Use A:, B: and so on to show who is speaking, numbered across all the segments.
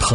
A: 他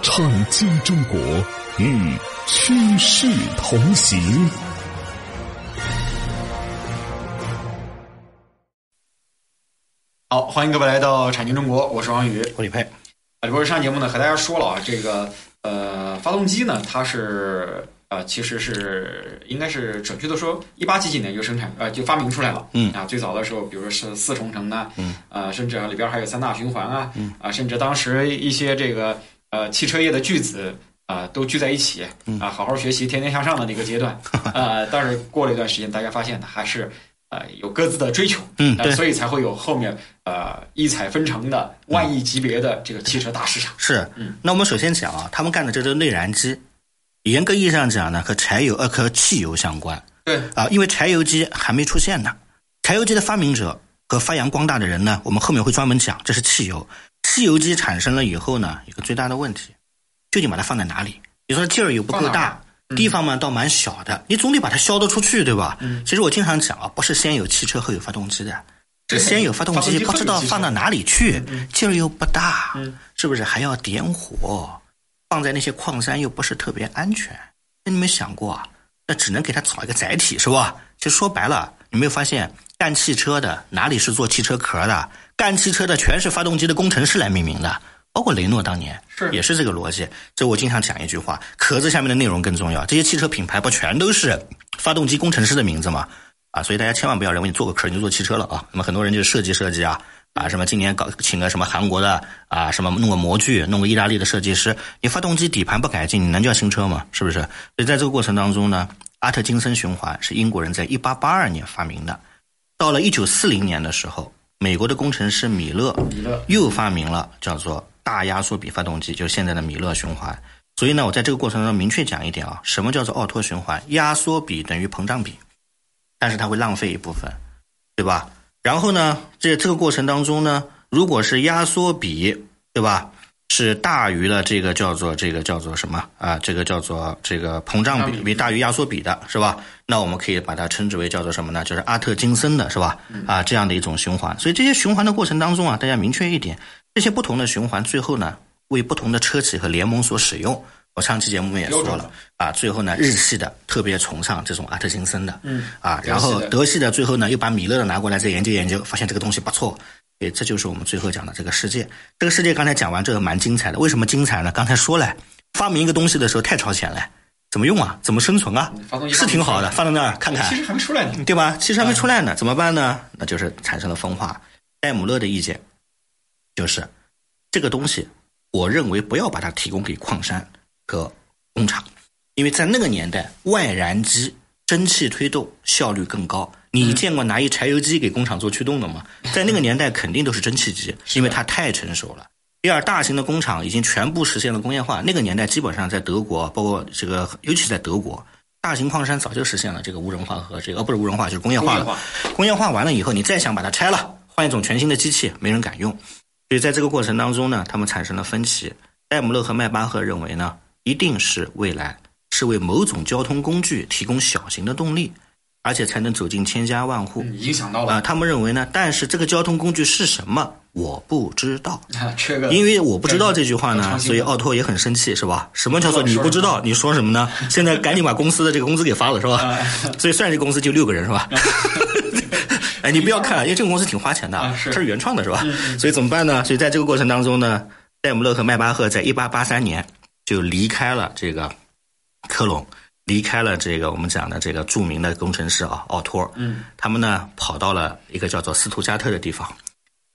A: 创新中国与趋势同行。
B: 好，欢迎各位来到《产经中国》，我是王宇。
C: 我李佩，
B: 啊，我上节目呢和大家说了啊，这个呃发动机呢，它是呃其实是应该是准确的说，一八几几年就生产呃就发明出来了。
C: 嗯
B: 啊，最早的时候，比如说是四冲程呐，
C: 嗯
B: 啊，甚至啊里边还有三大循环啊，嗯啊，甚至当时一些这个呃汽车业的巨子。啊，都聚在一起
C: 嗯
B: 啊，好好学习，天天向上的那个阶 段，呃，但是过了一段时间，大家发现呢，还是呃有各自的追求，啊
C: 嗯
B: 那
C: 对
B: 所以才会有后面呃一彩纷呈的万亿级别的这个汽车大市场。
C: 是
B: 嗯。
C: 那我们首先讲啊，他们干的这都是内燃机，严格意义上讲呢，和柴油呃和汽油相关
B: 对，
C: 啊，因为柴油机还没出现呢。柴油机的发明者和发扬光大的人呢，我们后面会专门讲，这是汽油。汽油机产生了以后呢，有个最大的问题，究竟把它放在哪里？你说地儿又不够
B: 放哪儿
C: 大，地方嘛倒蛮小的，你总得把它销得出去，对吧？
B: 嗯
C: 其实我经常讲啊，不是先有汽车后有发动机的，
B: 对
C: 先有发动机，
B: 发动机
C: 不知道
B: 后有汽车
C: 放到哪里去
B: 嗯，
C: 劲儿又不大
B: 嗯，
C: 是不是还要点火？放在那些矿山又不是特别安全。那你没想过啊？那只能给它找一个载体，是吧？就说白了，你没有发现干汽车的哪里是做汽车壳的？干汽车的全是发动机的工程师来命名的，包括雷诺当年
B: 是
C: 也是这个逻辑。这我经常讲一句话：壳子下面的内容更重要。这些汽车品牌不全都是发动机工程师的名字吗？啊，所以大家千万不要认为你做个壳你就做汽车了啊。那么很多人就设计设计啊，啊什么今年搞请个什么韩国的啊，什么弄个模具，弄个意大利的设计师，你发动机底盘不改进，你能叫新车吗？是不是？所以在这个过程当中呢，阿特金森循环是英国人在1882年发明的，到了1940年的时候，美国的工程师米勒
B: 米勒
C: 又发明了叫做大压缩比发动机，就是现在的米勒循环。所以呢，我在这个过程中明确讲一点啊，什么叫做奥托循环？压缩比等于膨胀比，但是它会浪费一部分，对吧？然后呢，这这个过程当中呢，如果是压缩比，对吧？是大于了这个叫做这个叫做什么啊？这个叫做这个膨胀
B: 膨
C: 比
B: 胀
C: 比大于压缩比的是吧？那我们可以把它称之为叫做什么呢？就是阿特金森的是吧？啊，这样的一种循环。所以这些循环的过程当中啊，大家明确一点，这些不同的循环最后呢，为不同的车企和联盟所使用。我上期节目也说
B: 标准
C: 了
B: 的
C: 啊，最后呢，日系的特别崇尚这种阿特金森的，
B: 嗯，
C: 啊，然
B: 德
C: 后
B: 系的
C: 德系的最后呢又把米勒的拿过来再研究研究，发现这个东西不错。对，这就是我们最后讲的这个世界。这个世界刚才讲完，这个蛮精彩的。为什么精彩呢？刚才说了，发明一个东西的时候太超前了，怎么用啊？怎么生存啊
B: 嗯发动？机
C: 是挺好的，放到那儿看看
B: 其，实嗯还没出来呢。
C: 对吧？汽车还没出来呢，怎么办呢？那就是产生了分化。戴姆勒的意见就是，这个东西，我认为不要把它提供给矿山和工厂，因为在那个年代，外燃机、蒸汽推动效率更高。你见过拿一柴油机给工厂做驱动的吗？在那个年代，肯定都是蒸汽机，因为它太成熟了。第二，大型的工厂已经全部实现了工业化。那个年代，基本上在德国，包括这个，尤其在德国，大型矿山早就实现了这个无人化和这个，呃，不是无人化，就是工业化
B: 工
C: 了。
B: 业化
C: 工业化完了以后，你再想把它拆了，换一种全新的机器，没人敢用。所以在这个过程当中呢，他们产生了分歧。戴姆勒和迈巴赫认为呢，一定是未来是为某种交通工具提供小型的动力，而且才能走进千家万户。
B: 嗯，已经想到
C: 啊、
B: 了，
C: 他们认为呢，但是这个交通工具是什么，我不知道。
B: 这个
C: 因为我不知道这句话
B: 要
C: 呢，
B: 创新
C: 所以奥拓也很生气，是吧？什么叫做你不知道？你说什么呢？现在赶紧把公司的这个工资给发了，是吧？所以算这公司就六个人，是吧？ 哎，你不要看啊，因为这个公司挺花钱的
B: 啊
C: 啊，
B: 是
C: 它是原创的，是吧？所以怎么办呢？所以在这个过程当中呢，戴姆勒和迈巴赫在一八八三年就离开了这个科隆，离开了这个我们讲的这个著名的工程师啊，奥托。
B: 嗯，
C: 他们呢跑到了一个叫做斯图加特的地方，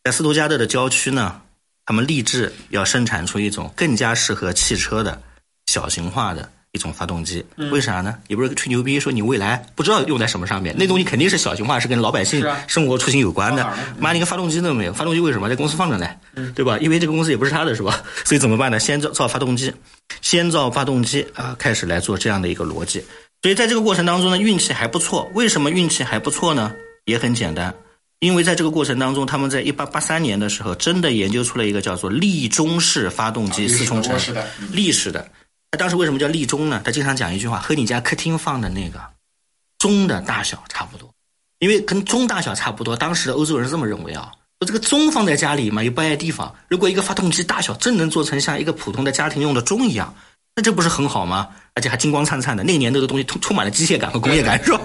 C: 在斯图加特的郊区呢，他们立志要生产出一种更加适合汽车的小型化的一种发动机。
B: 嗯
C: 为啥呢？也不是吹牛逼说你未来不知道用在什么上面，那东西肯定是小型化，是跟老百姓
B: 是啊
C: 生活出行有关的
B: 放哪儿呢。
C: 妈，连个发动机都没有，发动机为什么在公司放着呢？
B: 嗯
C: 对吧？因为这个公司也不是他的，是吧？所以怎么办呢？先造造发动机，先造发动机啊，开始来做这样的一个逻辑。所以在这个过程当中呢，运气还不错。为什么运气还不错呢？也很简单，因为在这个过程当中，他们在一八八三年的时候，真的研究出了一个叫做立中式发动机四冲程
B: 啊历史的是的，
C: 历史的。他当时为什么叫立中呢？他经常讲一句话，和你家客厅放的那个钟的大小差不多，因为跟钟大小差不多。当时的欧洲人是这么认为啊，说这个钟放在家里嘛，又不碍地方。如果一个发动机大小真能做成像一个普通的家庭用的钟一样，那这不是很好吗？而且还金光灿灿的。那个年代的东西充充满了机械感和工业感，是吧？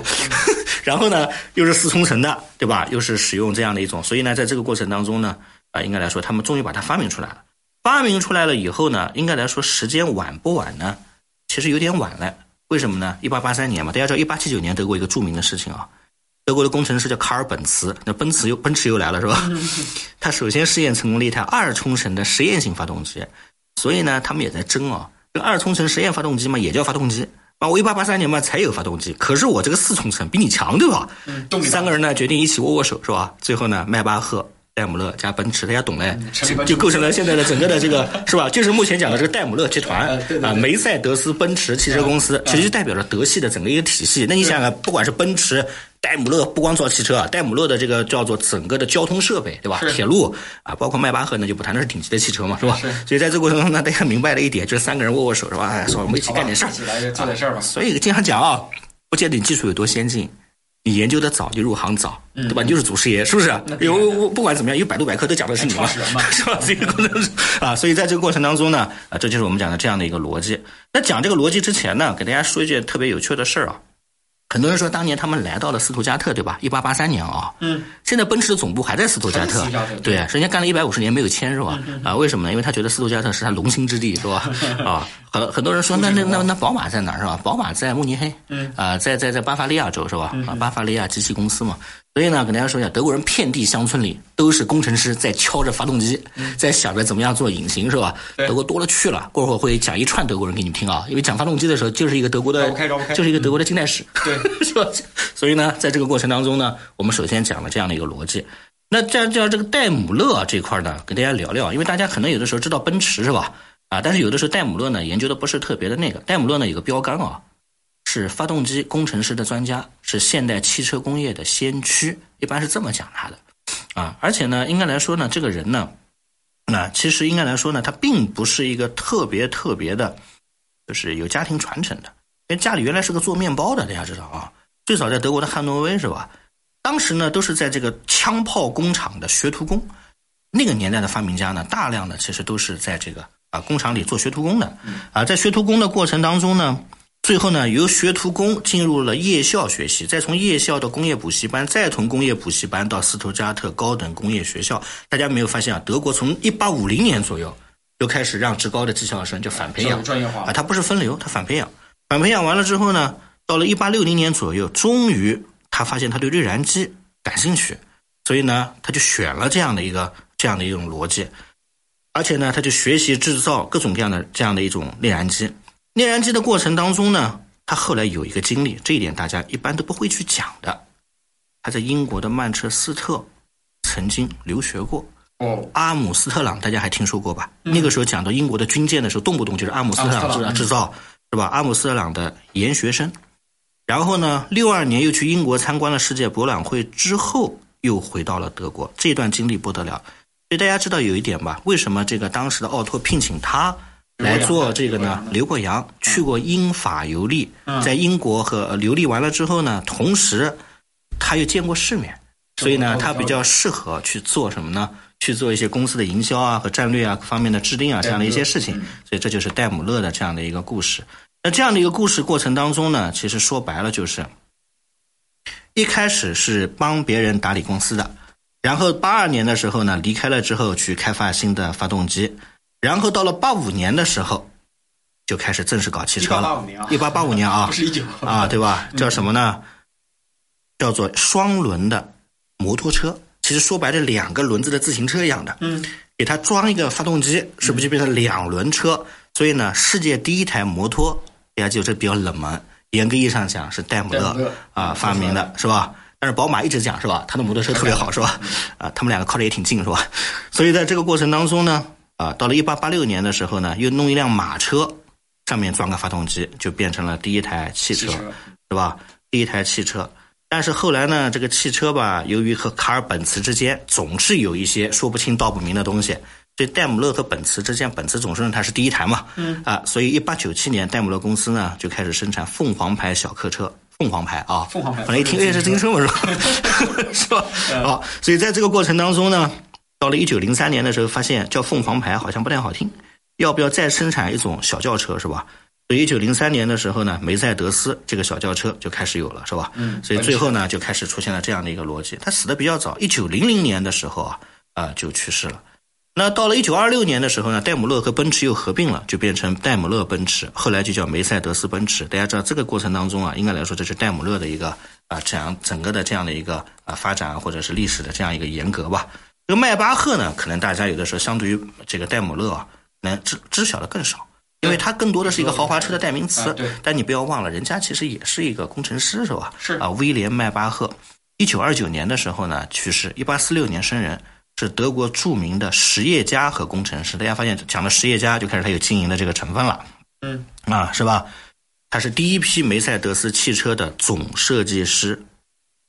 C: 然后呢，又是四冲程的，对吧？又是使用这样的一种，所以呢，在这个过程当中呢，啊、应该来说，他们终于把它发明出来了。发明出来了以后呢，应该来说时间晚不晚呢？其实有点晚了。为什么呢？一八八三年嘛，大家知道一八七九年德国一个著名的事情啊，德国的工程师叫卡尔本茨，那奔驰又奔驰又来了是吧？ 他首先试验成功了一台二冲程的实验性发动机，所以呢，他们也在争啊、这个二冲程实验发动机嘛，也叫发动机啊，我一八八三年嘛才有发动机，可是我这个四冲程比你强对吧？
B: 动力大
C: 三个人呢决定一起握握手是吧？最后呢，迈巴赫、戴姆勒加奔驰，大家懂嘞
B: 嗯成立奔，驰
C: 就构成了现在的整个的这个是吧？就是目前讲的这个戴姆勒集团
B: 呃对对啊对
C: 啊，梅赛德斯奔驰汽车公司，其实就代表着德系的整个一个体系。那你想想，不管是奔驰。戴姆勒不光造汽车啊，戴姆勒的这个叫做整个的交通设备，对吧？
B: 是
C: 铁路啊，包括迈巴赫那就不谈，那是顶级的汽车嘛，是吧？所以在这个过程中呢，大家明白了一点，就是三个人握握手，是吧？哎说我们一起
B: 好吧
C: 干点事儿
B: 一，起来做点事儿吧。
C: 所以经常讲啊，不见得你技术有多先进，你研究的早就入行早，
B: 嗯
C: 对吧？你就是祖师爷，是不是？有我不管怎么样，有百度百科都讲的是你
B: 创始人嘛
C: 是吧？所以过程中啊，所以在这个过程当中呢，啊，这就是我们讲的这样的一个逻辑。那讲这个逻辑之前呢，给大家说一件特别有趣的事儿啊。很多人说，当年他们来到了斯图加特，对吧？一八八三年啊，嗯，现在奔驰的总部还在斯图加特，
B: 还在斯图加特对
C: 对，人家干了一百五十年没有签是
B: 嗯
C: 吧？啊，为什么呢？因为他觉得斯图加特是他龙兴之地是 吧？啊，很很多人说，那那那那宝马在哪儿是吧？宝马在慕尼黑，嗯，啊，在在在巴伐利亚州是吧？
B: 嗯
C: 啊，巴伐利亚机器公司嘛。所以呢，跟大家说一下，德国人遍地乡村里都是工程师在敲着发动机，在想着怎么样做引擎是吧？
B: 嗯对
C: 德国多了去了，过会儿会讲一串德国人给你们听啊，因为讲发动机的时候就是一个德国的
B: 绕不开绕不开，嗯
C: 就是一个德国的近代史。
B: 对，
C: 是吧？所以呢，在这个过程当中呢，我们首先讲了这样的一个逻辑。那这样这样这个戴姆勒啊这块呢，跟大家聊聊，因为大家可能有的时候知道奔驰是吧？啊，但是有的时候戴姆勒呢研究的不是特别的那个。戴姆勒呢有个标杆啊，是发动机工程师的专家，是现代汽车工业的先驱，一般是这么讲他的啊。而且呢，应该来说呢，这个人呢，那其实应该来说呢，他并不是一个特别特别的，就是有家庭传承的，因为家里原来是个做面包的，大家知道啊，最早在德国的汉诺威是吧？当时呢，都是在这个枪炮工厂的学徒工。那个年代的发明家呢，大量的其实都是在这个啊工厂里做学徒工的，啊，在学徒工的过程当中呢，最后呢由学徒工进入了夜校学习，再从夜校到工业补习班，再从工业补习班到斯图加特高等工业学校。大家没有发现啊，德国从一八五零年左右就开始让职高的技校生就反培
B: 教育
C: 养，
B: 专业化
C: 啊，它不是分流，它反培养。反培养完了之后呢，到了一八六零年左右，终于他发现他对对燃机感兴趣，所以呢，他就选了这样的一个这样的一种逻辑，而且呢，他就学习制造各种各样的这样的一种内燃机。内燃机的过程当中呢，他后来有一个经历，这一点大家一般都不会去讲的。他在英国的曼彻斯特曾经留学过，
B: 哦，
C: 阿姆斯特朗，大家还听说过吧？那个时候讲到英国的军舰的时候，动不动嗯啊就是阿姆斯特
B: 阿姆
C: 朗
B: 斯特
C: 制造
B: 朗
C: 制造，是吧？阿姆斯特朗的研学生，然后呢，六二年又去英国参观了世界博览会之后，又回到了德国，这段经历不得了。所以大家知道有一点吧？为什么这个当时的奥拓聘请他来做这个呢？刘嗯过洋去过英法游历，在英国和呃游历完了之后呢，同时他又见过世面，所以呢，他比较适合去做什么呢？去做一些公司的营销啊和战略啊各方面的制定啊这样的一些事情。所以这就是戴姆勒的这样的一个故事。那这样的一个故事过程当中呢，其实说白了就是，一开始是帮别人打理公司的，然后八二年的时候呢离开了之后去开发新的发动机，然后到了八五年的时候就开始正式搞汽车了。
B: 1885年啊
C: 一八八五年啊，
B: 不是一九
C: 啊，对吧？叫什么呢？叫做双轮的摩托车。其实说白了，两个轮子的自行车一样的。嗯，给它装一个发动机，是不是就变成两轮车？所以呢，世界第一台摩托大家记住这比较冷门，严格意义上讲是戴姆
B: 戴姆勒
C: 勒啊发明的是吧？但是宝马一直讲是吧，它的摩托车特别好是吧？啊，他们两个靠得也挺近是吧？所以在这个过程当中呢，啊，到了一八八六年的时候呢，又弄一辆马车，上面装个发动机，就变成了第一台汽
B: 汽
C: 车，
B: 车
C: 是吧？第一台汽车。但是后来呢，这个汽车吧，由于和卡尔本茨之间总是有一些说不清道不明的东西，所以戴姆勒和本茨之间，本茨总是认为它是第一台嘛，嗯啊，所以一八九七年，戴姆勒公司呢就开始生产凤凰牌小客车，凤凰牌啊，
B: 凤凰牌嗯
C: 本来一听，哎，是金车嘛，是吧？ 是 吧？啊，所以在这个过程当中呢，到了一九零三年的时候，发现叫凤凰牌好像不太好听，要不要再生产一种小轿车，是吧？所以一九零三年的时候呢，梅赛德斯这个小轿车就开始有了，是吧？
B: 嗯
C: 所以最后呢，就开始出现了这样的一个逻辑。他死的比较早，一九零零年的时候啊，啊、就去世了。那到了一九二六年的时候呢，戴姆勒和奔驰又合并了，就变成戴姆勒奔驰，后来就叫梅赛德斯奔驰。大家知道这个过程当中啊，应该来说这是戴姆勒的一个啊，这样整个的这样的一个啊发展啊或者是历史的这样一个沿革吧。这个迈巴赫呢，可能大家有的时候相对于这个戴姆勒啊，可能知知晓的更少，因为它更多的是一个豪华车的代名词。
B: 啊对
C: 但你不要忘了，人家其实也是一个工程师，是吧？
B: 是
C: 啊，威廉迈巴赫，一九二九年的时候呢去世，一八四六年生人，是德国著名的实业家和工程师。大家发现讲了实业家，就开始他有经营的这个成分了，
B: 嗯，
C: 啊，是吧？他是第一批梅赛德斯汽车的总设计师。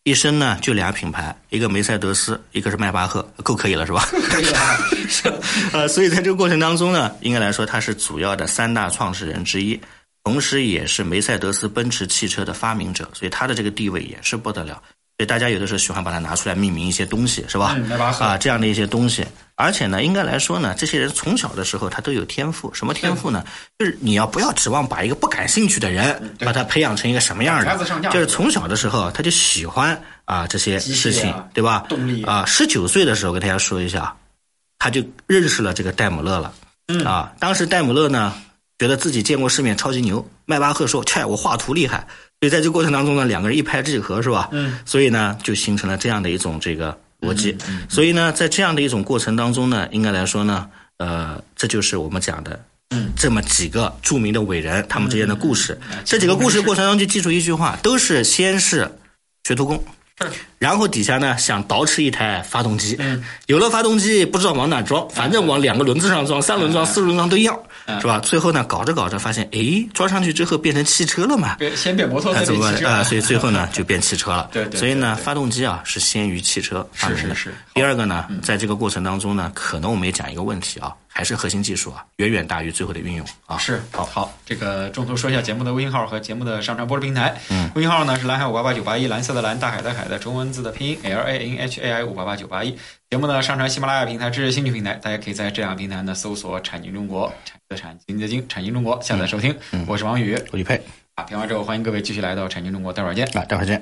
C: 一生呢就俩品牌，一个梅赛德斯，一个是迈巴赫，够可以了是吧？
B: 可以了。
C: 呃，所以在这个过程当中呢，应该来说他是主要的三大创始人之一，同时也是梅赛德斯奔驰汽车的发明者，所以他的这个地位也是不得了。所以大家有的时候喜欢把它拿出来命名一些东西，是吧？
B: 嗯迈巴赫
C: 啊，这样的一些东西。而且呢，应该来说呢，这些人从小的时候他都有天赋，什么天赋呢？就是你要不要指望把一个不感兴趣的人
B: 嗯对
C: 把他培养成一个什么样
B: 孩子上
C: 的？
B: 架
C: 就是从小的时候他就喜欢啊这些
B: 机械啊
C: 事情，对吧？
B: 动力
C: 啊，十九岁的时候跟大家说一下啊，他就认识了这个戴姆勒了。
B: 嗯
C: 啊，当时戴姆勒呢，觉得自己见过世面，超级牛。迈巴赫说：“切，我画图厉害。”所以在这过程当中呢，两个人一拍即合，是吧？
B: 嗯。
C: 所以呢，就形成了这样的一种这个逻辑。所以呢，在这样的一种过程当中呢，应该来说呢，呃，这就是我们讲的。
B: 嗯，
C: 这么几个著名的伟人，他们之间的故事，这几个故事过程当中就记住一句话，都是先是学徒工，然后底下呢想捯饬一台发动机，
B: 嗯
C: 有了发动机不知道往哪装，反正往两个轮子上装、三轮装、四轮装都一样，
B: 嗯
C: 是吧？最后呢搞着搞着发现，诶，装上去之后变成汽车了嘛。
B: 别先变摩托，
C: 那
B: 再
C: 怎
B: 变
C: 么办
B: 汽车
C: 啊、所以最后呢，就变汽车了。
B: 对对对
C: 所以呢，
B: 对
C: 发动机啊是先于汽车发明的。
B: 是嗯是是
C: 第二个呢，在这个过程当中呢，可能我们也讲一个问题啊，还是核心技术啊，远远大于最后的运用啊。
B: 是
C: 好
B: 好，这个中途说一下节目的微信号和节目的上传播出平台。嗯，微信号呢是蓝海五八八九八一，蓝色的蓝，大海的海的中文字的拼音 L A N H A I 五八八九八一。节目呢上传喜马拉雅平台、知识星球平台，大家可以在这两个平台呢搜索“产经中国”，产的产经济的经，产经中国下载收听。我是王宇
C: 我李佩
B: 啊，评完之后欢迎各位继续来到产经中国，待会儿见。
C: 啊，待会儿见。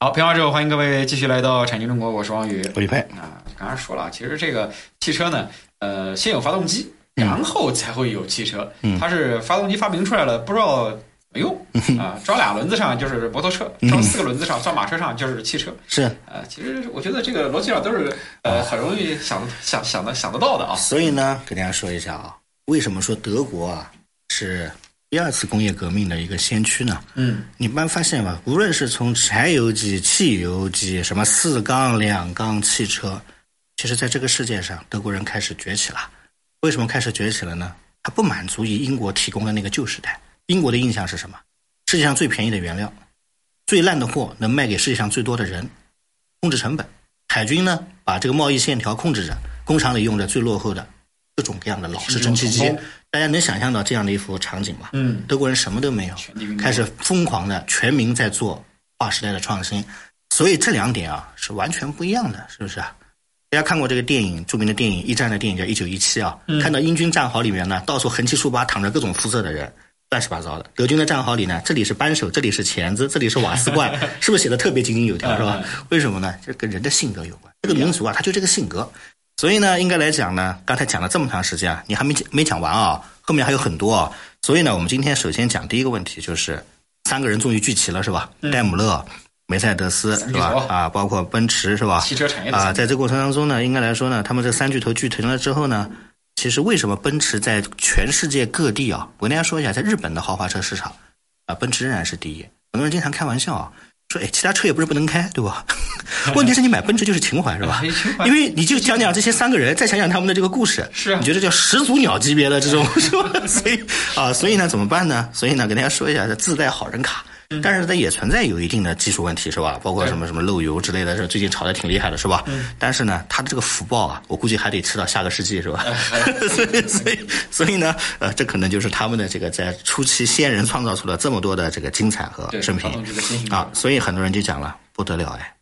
B: 好，评完之后欢迎各位继续来到产经中国，我是王宇。
C: 我李佩，
B: 啊，刚才说了，啊，其实这个汽车呢，呃，先有发动机，
C: 嗯
B: 然后才会有汽车。它是发动机发明出来了，不知道怎么用
C: 嗯
B: 啊，装俩轮子上就是摩托车，装四个轮子上装马车上就是汽车。
C: 是
B: 呃，其实我觉得这个逻辑上都是呃很容易想想想的想得到的啊。
C: 所以呢，给大家说一下啊，为什么说德国啊是第二次工业革命的一个先驱呢？
B: 嗯，
C: 你们发现吧，无论是从柴油机、汽油机，什么四缸、两缸汽车，其实在这个世界上，德国人开始崛起了。为什么开始崛起了呢？它不满足于英国提供的那个旧时代。英国的印象是什么？世界上最便宜的原料，最烂的货能卖给世界上最多的人，控制成本。海军呢，把这个贸易线条控制着，工厂里用着最落后的各种各样的老式蒸汽
B: 是一
C: 机
B: 种成功。
C: 大家能想象到这样的一幅场景吗？
B: 嗯，
C: 德国人什么都没有
B: 全力运，动
C: 开始疯狂的全民在做划时代的创新。所以这两点啊是完全不一样的，是不是啊？大家看过这个电影，著名的嗯电影一战的电影叫《一九一七》啊，看到英军战壕里面呢，到处横七竖八躺着各种肤色的人，乱七八糟的。德军的战壕里呢，这里是扳手，这里是钳子，这里是瓦斯 罐，是不是写的特别井井有条，是吧？为什么呢？这跟人的性格有关。这个民族啊，他就这个性格。所以呢，应该来讲呢，刚才讲了这么长时间啊，你还没讲没讲完啊，后面还有很多啊。所以呢，我们今天首先讲第一个问题，就是三个人终于聚齐了，是吧？戴姆勒、梅赛德斯是吧
B: 巨头？
C: 啊，包括奔驰是吧？
B: 汽车产业的三
C: 啊，
B: 巨头
C: 在这过程当中呢，应该来说呢，他们这三巨头聚成了之后呢，其实为什么奔驰在全世界各地啊，我跟大家说一下，在日本的豪华车市场啊，奔驰仍然是第一。很多人经常开玩笑啊，说哎，其他车也不是不能开，对 吧？问题是你买奔驰就是情怀，是吧
B: 哎 情？怀
C: 因为你就讲讲这些三个人，再讲讲他们的这个故事，
B: 是啊
C: 你觉得叫始祖鸟级别的这种， 是吧？所以啊，所以呢，怎么办呢？所以呢，跟大家说一下，自带好人卡。但是它也存在有一定的技术问题，是吧？包
B: 嗯
C: 括
B: 对嗯
C: 什么什么漏油之类的，是最近炒的挺厉害的，是吧？但是呢，它的这个福报啊，我估计还得吃到下个世纪，是
B: 啊
C: 吧？ 所以，所以，所以呢，呃，这可能就是他们的这个在初期先人创造出了这么多的这个精彩和
B: 对，
C: 生
B: 传
C: 平
B: 统这个新型
C: 啊，所以很多人就讲了不得了哎。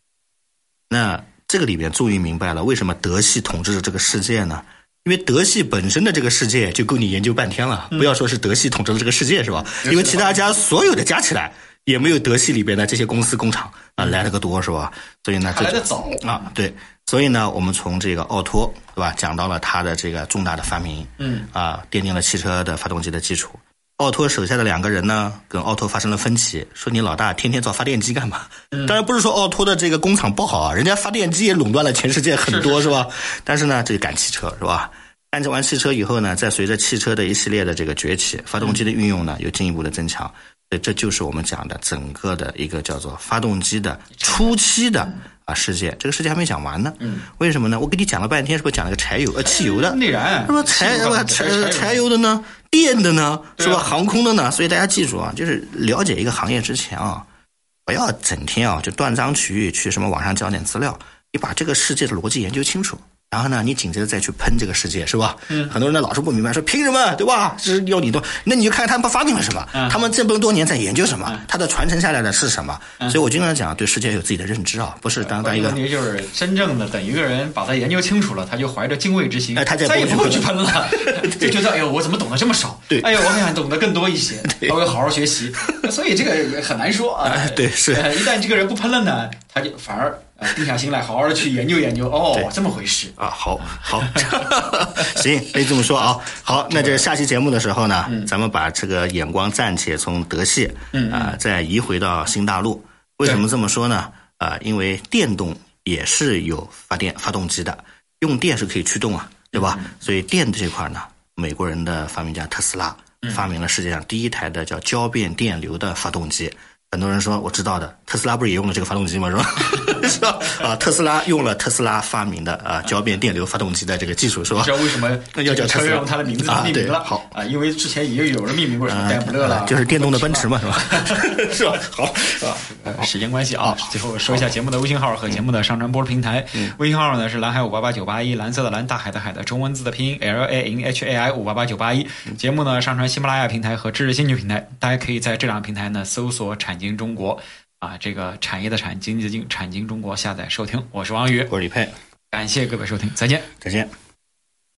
C: 那这个里边终于明白了为什么德系统治着这个世界呢？因为德系本身的这个世界就够你研究半天了，不要说是德系统治的这个世界是吧？
B: 嗯
C: 因为其他家所有的加起来也没有德系里边的这些公司工厂啊来了个多是吧？所以呢，
B: 还
C: 这
B: 来
C: 就
B: 得早，
C: 啊，对，所以呢，我们从这个奥托，对吧，讲到了他的这个重大的发明，
B: 嗯，
C: 啊，奠定了汽车的发动机的基础。奥托手下的两个人呢，跟奥托发生了分歧，说你老大天天造发电机干嘛？当然不是说奥托的这个工厂不好啊，人家发电机也垄断了全世界很多，是吧？但是呢，这就赶汽车，是吧？干完汽车以后呢，再随着汽车的一系列的这个崛起，发动机的运用呢有进一步的增强。所以这就是我们讲的整个的一个叫做发动机的初期的啊世界，这个世界还没讲完呢。嗯，为什么呢？我给你讲了半天，是不是讲了个柴油呃汽油的？
B: 内燃
C: 那么柴
B: 汽油
C: 呃
B: 吧
C: 柴
B: 柴油
C: 柴油的呢，电的呢，是
B: 对啊
C: 吧？航空的呢，所以大家记住啊，就是了解一个行业之前啊，不要整天啊就断章取义去什么网上找点资料，你把这个世界的逻辑研究清楚。然后呢，你紧接着再去喷这个世界，是吧？嗯，很多人呢老是不明白，说凭什么，对吧？这是要你多，那你就看看他们发明了什么，
B: 嗯
C: 他们这么多年在研究什么，它的传承下来的是什么。
B: 嗯
C: 所以我经常讲，对世界有自己的认知啊，不是当当一个
B: 问题就是真正的等一个人把他研究清楚了，他就怀着敬畏之心，
C: 哎他再也
B: 再也
C: 不
B: 不
C: 会
B: 会
C: 去
B: 去喷了， 就觉得哎呦我怎么懂得这么少？
C: 对
B: 哎呦我想懂得更多一些，我要好好学习。 所以这个也很难说啊
C: 哎。对是
B: 呃一旦这个人不喷了呢，他就反而呃定下心来，好好的去研究研究。
C: 对
B: 哦，这么回事。
C: 啊，好好， 行，可以这么说啊。好，那这下期节目的时候呢，咱们把这个眼光暂且从德系，嗯啊、再移回到新大陆。为什么这么说呢？啊、因为电动也是有发电发动机的，用电是可以驱动啊，对吧？所以电这块呢，美国人的发明家特斯拉
B: 嗯
C: 发明了世界上第一台的叫交变电流的发动机。很多人说我知道的，特斯拉不是也用了这个发动 机吗？是吧？是吧？啊，特斯拉用了特斯拉发明的啊交变电流发动机的这个技术，是吧
B: 知？道为什么
C: 啊那要叫
B: 车
C: 特斯拉
B: 用他的名字
C: 啊
B: 命名了？
C: 对好
B: 啊，因为之前也有人命名过什么
C: 啊
B: 戴姆勒了，
C: 就是电动的奔驰嘛，是吧？啊是吧？好，
B: 呃，时间关系啊，最后说一下节目的微信号和节目的上传播出平台。微信号呢是蓝海五八八九八一，蓝色的蓝，大海的海的中文字的拼音 L A N H A I 五八八九八一。节目呢上传喜马拉雅平台和知识星球平台，大家可以在这两个平台呢搜索“产经中国”，啊，这个产业的产，经济的经，产经中国下载收听。我是王宇，
C: 我是李佩，
B: 感谢各位收听，再见。
C: 再见。